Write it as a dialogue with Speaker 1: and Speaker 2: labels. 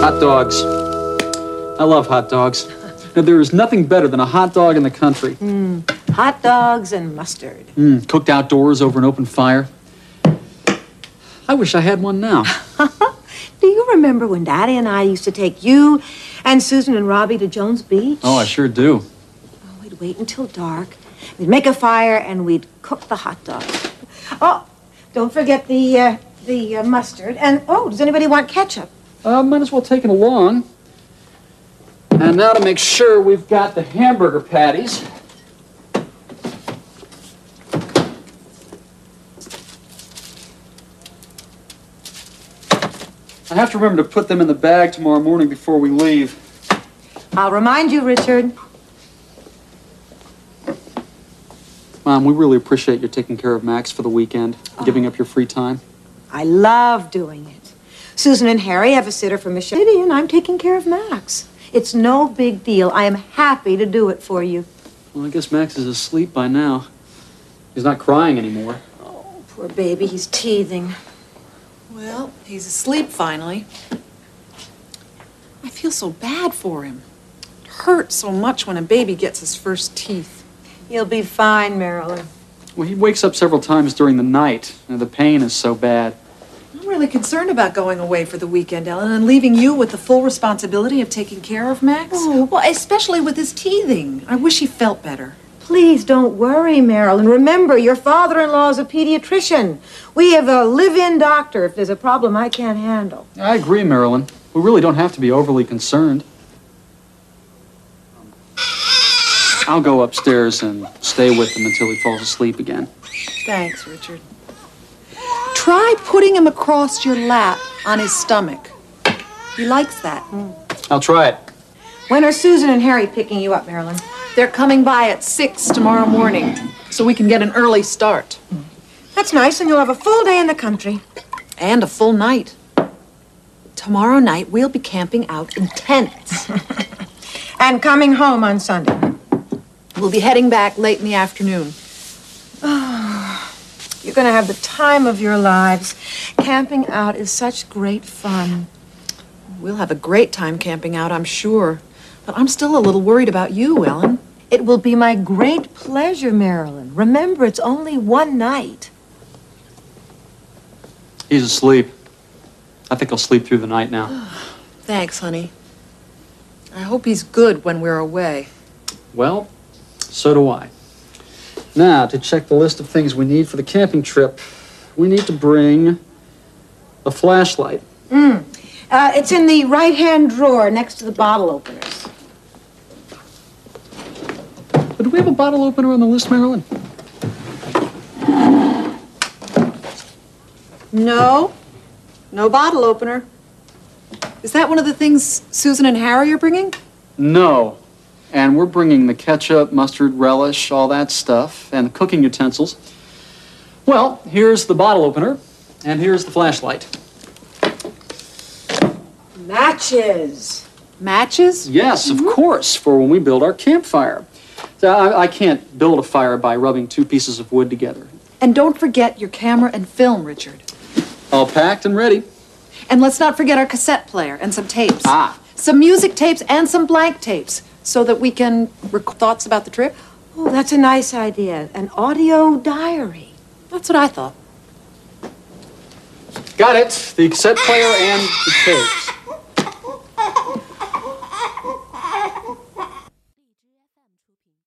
Speaker 1: Hot dogs. I love hot dogs. Now, there is nothing better than a hot dog in the country.
Speaker 2: Hot dogs and mustard.
Speaker 1: Mm, cooked outdoors over an open fire. I wish I had one now.
Speaker 2: Do you remember when Daddy and I used to take you and Susan and Robbie to Jones Beach?
Speaker 1: Oh, I sure do.
Speaker 2: We'd wait until dark. We'd make a fire and we'd cook the hot dogs. Oh, don't forget the uh, the uh, mustard. And oh, does anybody want ketchup?
Speaker 1: Uh, might as well take it along. And now to make sure we've got the hamburger patties. I have to remember to put them in the bag tomorrow morning before we leave.
Speaker 2: I'll remind you, Richard.
Speaker 1: Mom, we really appreciate your taking care of Max for the weekend, giving up your free time.
Speaker 2: I love doing it. Susan and Harry have a sitter for Michelle, City, and I'm taking care of Max. It's no big deal. I am happy to do it for you.
Speaker 1: Well, I guess Max is asleep by now. He's not crying anymore.
Speaker 2: Oh, poor baby, he's teething.
Speaker 3: Well, he's asleep finally. I feel so bad for him. It hurts so much when a baby gets his first teeth.
Speaker 2: You'll be fine, Marilyn.
Speaker 1: Well, he wakes up several times during the night, and the pain is so bad.
Speaker 3: I'm really concerned about going away for the weekend, Ellen, and leaving you with the full responsibility of taking care of Max.
Speaker 2: Oh.
Speaker 3: Well, especially with his teething. I wish he felt better.
Speaker 2: Please don't worry, Marilyn. Remember, your father-in-law is a pediatrician. We have a live-in doctor if there's a problem I can't handle.
Speaker 1: I agree, Marilyn. We really don't have to be overly concerned. I'll go upstairs and stay with him until he falls asleep again.
Speaker 3: Thanks, Richard. Try putting him across your lap on his stomach. He likes that.
Speaker 1: I'll try it.
Speaker 2: When are Susan and Harry picking you up, Marilyn?
Speaker 3: They're coming by at six tomorrow morning, so we can get an early start
Speaker 2: That's nice, and you'll have a full day in the country.
Speaker 3: and a full night. Tomorrow night, we'll be camping out in tents.
Speaker 2: And coming home on Sunday.
Speaker 3: We'll be heading back late in the afternoon.
Speaker 2: You're going to have the time of your lives. Camping out is such great fun.
Speaker 3: We'll have a great time camping out, I'm sure. But I'm still a little worried about you, Ellen.
Speaker 2: It will be my great pleasure, Marilyn. Remember, it's only one night.
Speaker 1: He's asleep. I think I'll sleep through the night now.
Speaker 3: Thanks, honey. I hope he's good when we're away.
Speaker 1: Well, so do I. Now, to check the list of things we need for the camping trip, we need to bring a flashlight.
Speaker 2: Uh, it's in the right-hand drawer next to the bottle openers.
Speaker 1: But do we have a bottle opener on the list, Marilyn?
Speaker 3: No, no bottle opener. Is that one of the things Susan and Harry are bringing?
Speaker 1: No. And we're bringing the ketchup, mustard, relish, all that stuff, and the cooking utensils. Well, here's the bottle opener, and here's the flashlight.
Speaker 2: Matches.
Speaker 3: Matches?
Speaker 1: Yes, of course, for when we build our campfire. So I, I can't build a fire by rubbing two pieces of wood together.
Speaker 3: And don't forget your camera and film, Richard.
Speaker 1: All packed and ready.
Speaker 3: And let's not forget our cassette player and some tapes.
Speaker 1: Ah.
Speaker 3: Some music tapes and some blank tapes so that we can record thoughts about the trip.
Speaker 2: Oh, that's a nice idea. An audio diary.
Speaker 3: That's what I thought.
Speaker 1: Got it. The cassette player and the tapes.